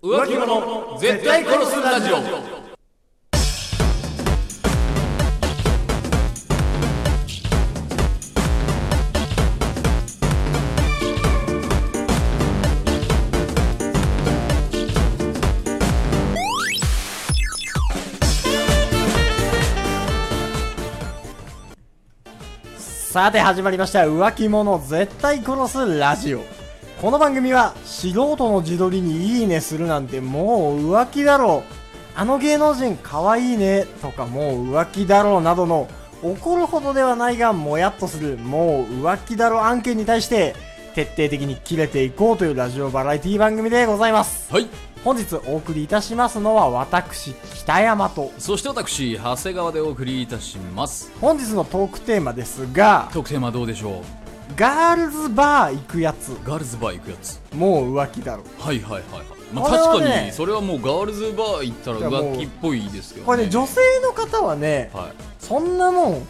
浮気者絶対殺すラジオさて始まりました浮気者絶対殺すラジオこの番組は素人の自撮りにいいねするなんてもう浮気だろうあの芸能人かわいいねとかもう浮気だろうなどの怒るほどではないがもやっとするもう浮気だろう案件に対して徹底的に切れていこうというラジオバラエティ番組でございますはい本日お送りいたしますのは私北山とそして私長谷川でお送りいたします本日のトークテーマですが特テーマどうでしょガールズバー行くやつうガールズバー行くやつもう浮気だろうはいはいはいはい、まあ、これはね確かにそれはもうガールズバー行ったらいやもう浮気っぽいですけど、ね、これね女性の方はねはいそんなもん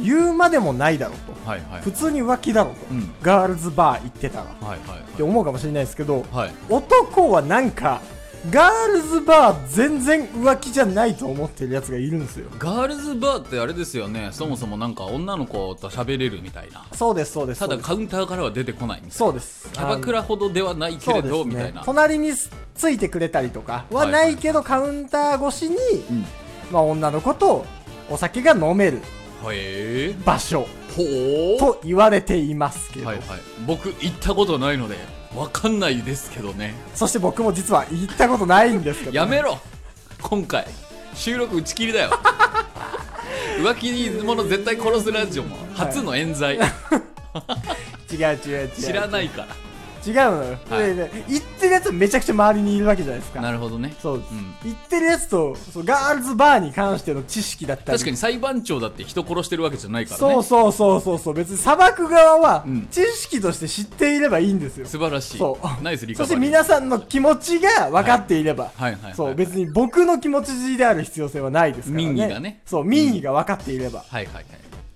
言うまでもないだろうとはいはい普通に浮気だろうと、うんガールズバー行ってたらっはいはて思うかもしれないですけどいはい男はなんかガールズバー全然浮気じゃないと思ってるやつがいるんですよガールズバーってあれですよねそもそもなんか女の子と喋れるみたいなそうですそうですただそうですカウンターからは出てこないみたいなそうですキャバクラほどではないけそれうでど、すみたいねな隣についてくれたりとかははいはいないけど、カウンター越しに、うんまあ、女の子とお酒が飲めるへえ場所ほうと言われていますけど、はいはい僕行ったことないのでわかんないですけどねそして僕も実は行ったことないんですけど、やめろ今回収録打ち切り だよ浮気者絶対殺すラジオも初の冤罪、違う違う違う知らないから違うのよ、はいでで行ってるやつはめちゃくちゃ周りにいるわけじゃないですかなるほどねそうです、ん行ってるやつとそうガールズバーに関しての知識だったり確かに裁判長だって人殺してるわけじゃないからねそうそうそうそうそう別に裁く側はうん知識として知っていればいいんですよ、素晴らしいそうナイスリカそバしてリー皆さんの気持ちが分かっていれば、はいはいはいそうはい別に僕の気持ちである必要性はないですからね民意がねそう民意が分かっていれば、はいはい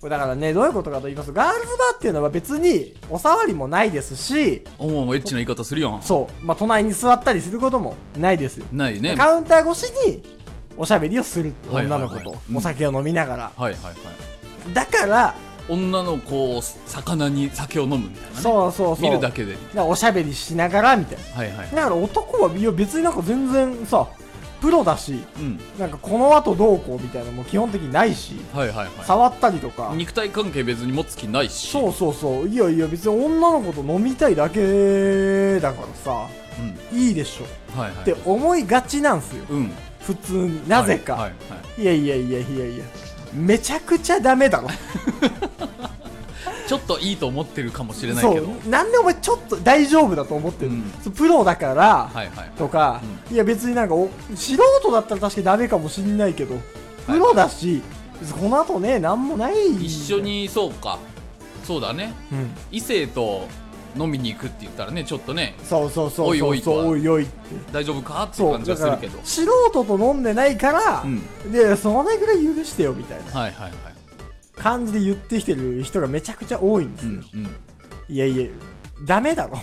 これだからねどういうことかと言いますとガールズバーっていうのは別にお触りもないですしおおエッチな言い方するやんそう、まあ、隣に座ったりすることもないですよないねはいカウンター越しにおしゃべりをするはいは女いはいの子とうんお酒を飲みながら、はいはいだから、女の子を魚に酒を飲むみたいなねそうそうそう見るだけでだからおしゃべりしながらみたいなはいはいだから男はいや別になんか全然さプロだしうんなんかこの後どうこうみたいなのも基本的にないしはいはいは触ったりとかい肉体関係別に持つ気ないしそうそうそういやいや別に女の子と飲みたいだけだからさうんいいでしょはいはいって思いがちなんすようん普通になぜか、はいはいはいいやいやいやいやいやめちゃくちゃダメだろちょっといいと思ってるかもしれないそけどうなんでお前ちょっと大丈夫だと思ってる、うんそうプロだから、はいはいとか、いや別になんかお素人だったら確かにダメかもしんないけどプロだし、別にこの後ね何もない一緒、にそうかそうだねうん、異性と飲みに行くって言ったらねちょっとねそうそうそうそうおいおいとはおいおいって大丈夫かっていうそう感じがするけどだから素人と飲んでないから、うでそのぐらい許してよみたいなはいはいはい感じで言ってきてる人がめちゃくちゃ多いんでうすよ、んうんいやいやダメだろあ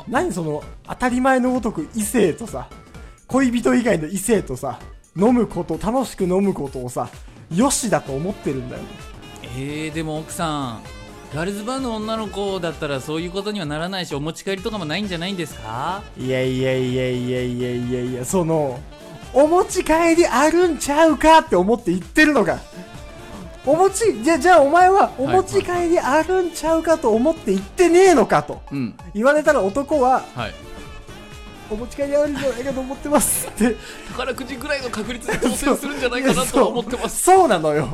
ーあ何その当たり前のごとく異性とさ恋人以外の異性とさ飲むこと楽しく飲むことをさよしだと思ってるんだよえー、でも奥さんガールズバーの女の子だったらそういうことにはならないしお持ち帰りとかもないんじゃないんですかいやいやいやいやいやいやいやそのお持ち帰りあるんちゃうかって思って言ってるのかお持ちじゃじゃあお前はお持ち帰りあるんちゃうかと思って言ってねえのかとうん言われたら男は はいお持ち帰りあるんじゃないかと思ってますって宝くじぐらいの確率で 当選するんじゃないかなとは思ってますそうそうなのよ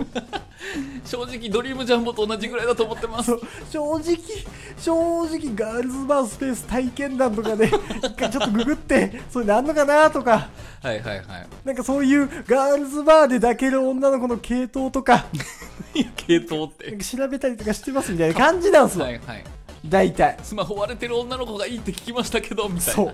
正直ドリームジャンボと同じぐらいだと思って ますそう正直正直ガールズバースペース体験談とかで一回ちょっとググってそれなんのかなとかはいはいはいなんかそういうガールズバーで抱ける女の子の系統とか系統っなんてか調べたりとかしてますみたいな感じなんすよ、はいはい大体スマホ割れてる女の子がいいって聞きましたけどみたいなそ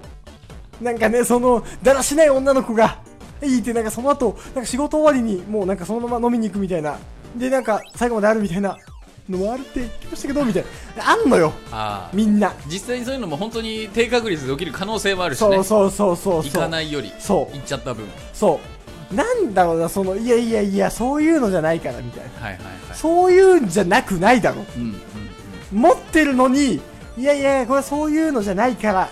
うなんかねそのだらしない女の子がいいってなんかその後なんか仕事終わりにもうなんかそのまま飲みに行くみたいなでなんか最後まであるみたいなノアルテ行きましたけどみたいなあんのよああみんな、実際にそういうのも本当に低確率で起きる可能性もあるしねそうそうそうそう行そうかないよりそう行っちゃった分そうなんだろうなそのいやいやいやそういうのじゃないからみたいなはいはいはいそういうんじゃなくないだろうんうんうん持ってるのにいやいやこれはそういうのじゃないから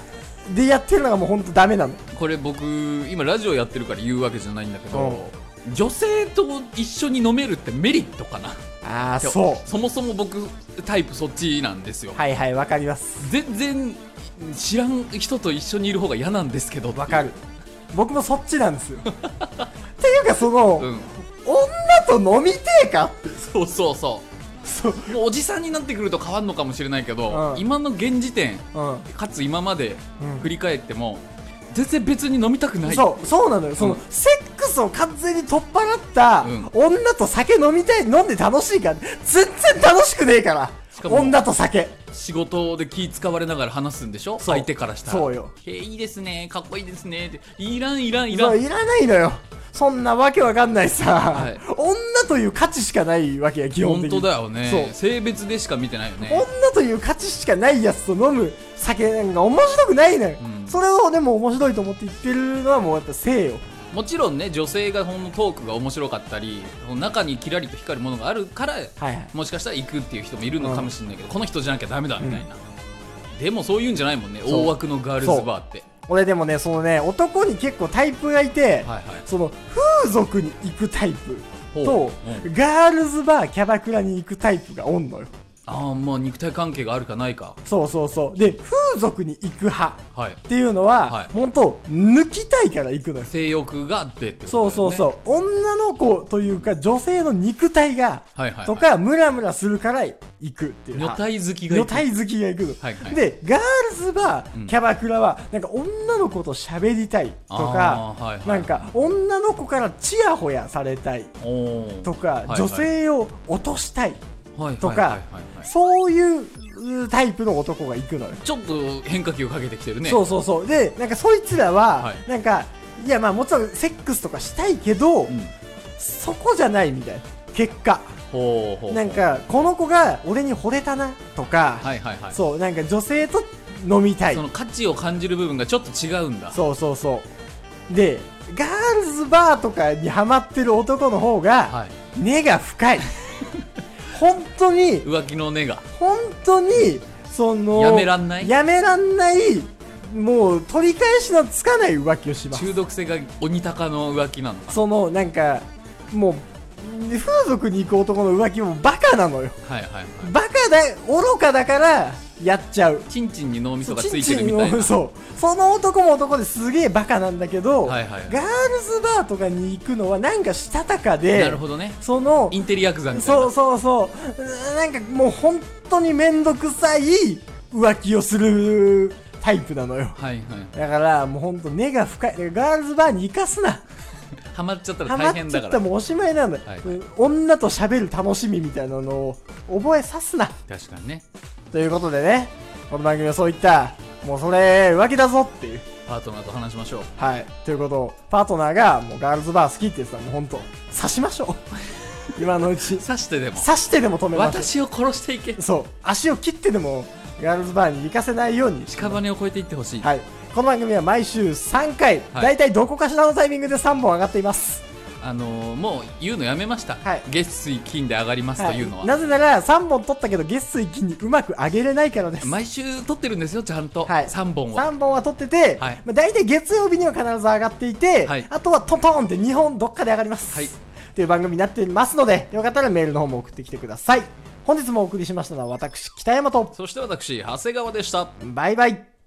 でやってるのがもう本当ダメなのこれ僕今ラジオやってるから言うわけじゃないんだけど女性と一緒に飲めるってメリットかなああそうそもそも僕タイプそっちなんですよ、はいはいわかります全然知らん人と一緒にいる方が嫌なんですけどっていうわかる僕もそっちなんで すよっていうかその、うん女と飲みてえかそうそうそそううもうおじさんになってくると変わるのかもしれないけど、うん今の現時点うんかつ今までうん振り返っても、全然別に飲みたくないそうそうなのよ、そのうんセックスを完全に取っ払った、うん女と酒飲みたい飲んで楽しいから全然楽しくねえからしかも女と酒仕事で気使われながら話すんでしょそう相手からしたらそうよへえいいですねかっこいいですねっていらんいらんいらそんういらないのよそんなわけわかんないさ、はい女という価値しかないわけや基本本的当にだよねそう性別でしか見てないよね女という価値しかないやつと飲む酒なんか面白くないのよ、うんそれをでも面白いと思って言ってるのはもうやっぱ性よもちろんね女性がほんのトークが面白かったり中にキラリと光るものがあるから、はいはいもしかしたら行くっていう人もいるのかもしれないけど、この人じゃなきゃダメだみたいな、でもそういうんじゃないもんねそう大枠のガールズバーって俺でもねそのね男に結構タイプがいて、はいはいその風俗に行くタイプとほう、ガールズバーキャバクラに行くタイプがおんのよああまあ肉体関係があるかないかそうそうそうで風俗に行く派っはいていうのは、はい本当抜きたいから行くのよ性欲があってってことだよねそうそうそう、女の子というか女性の肉体が、はいはいはいとかムラムラするから行くってい女う派体好きがい女て体好きが行くの、はいはいでガールズバー、うんキャバクラはなんか女の子と喋りたいとあ、かーはいはいなんか女の子からチヤホヤされたいおーとか、はいはい女性を落としたいはいはいはいはいとか、そういううタイプの男が行くのよ、ちょっと変化球をかけてきてるねそうそうそうでなんかそいつらは、はいなんかいやまあもちろんセックスとかしたいけど、うんそこじゃないみたいな結果ほうほうほうなんかこの子が俺に惚れたなとか、はいはいはいそうなんか女性と飲みたいその価値を感じる部分がちょっと違うんだそうそうそうでガールズバーとかにハマってる男の方が、はい根が 深い本当に浮気の根が本当にそのやめらんないやめらんないもう取り返しのつかない浮気をします中毒性が鬼高の浮気なのかそのなんかもう風俗に行く男の浮気もバカなのよはいはいはいバカだ愚かだからやっちゃうチンチンに脳みそがチつンいチてるみンたいなをそうその男も男ですげえバカなんだけど、はいはいはいガールズバーとかに行くのはなんかしたたかでなるほどねそのインテリヤクザみたいなそうそうそううーなんかもう本当に面倒くさい浮気をするタイプなのよはいはいだからもう本当根が深いだからガールズバーに行かすなハマっちゃったらハマ大っ変ちだゃかったららもうおしまいなのよ、はい女と喋る楽しみみたいなのを覚えさすな確かにねということでねこの番組はそういったもうそれ浮気だぞっていうパートナーと話しましょうはいということをパートナーがもうガールズバー好きって言ってたらもう本当刺しましょ う今のうち刺してでも刺してでも止めましょう私を殺していけそう足を切ってでもガールズバーに行かせないように屍を越えていってほしい、はいこの番組は毎週3回、はいだいたいどこかしらのタイミングで3本上がっています、あのーもう言うのやめました、はい月水金で上がりますというのは、なぜなら3本取ったけど月水金にうまく上げれないからです毎週撮ってるんですよちゃんと、はい3本は3本は取ってて、はいまあ、大体月曜日には必ず上がっていて、はいあとはトントンって2本どっかで上がります、はいという番組になっていますのでよかったらメールの方も送ってきてください本日もお送りしましたのは私北山とそして私長谷川でしたバイバイ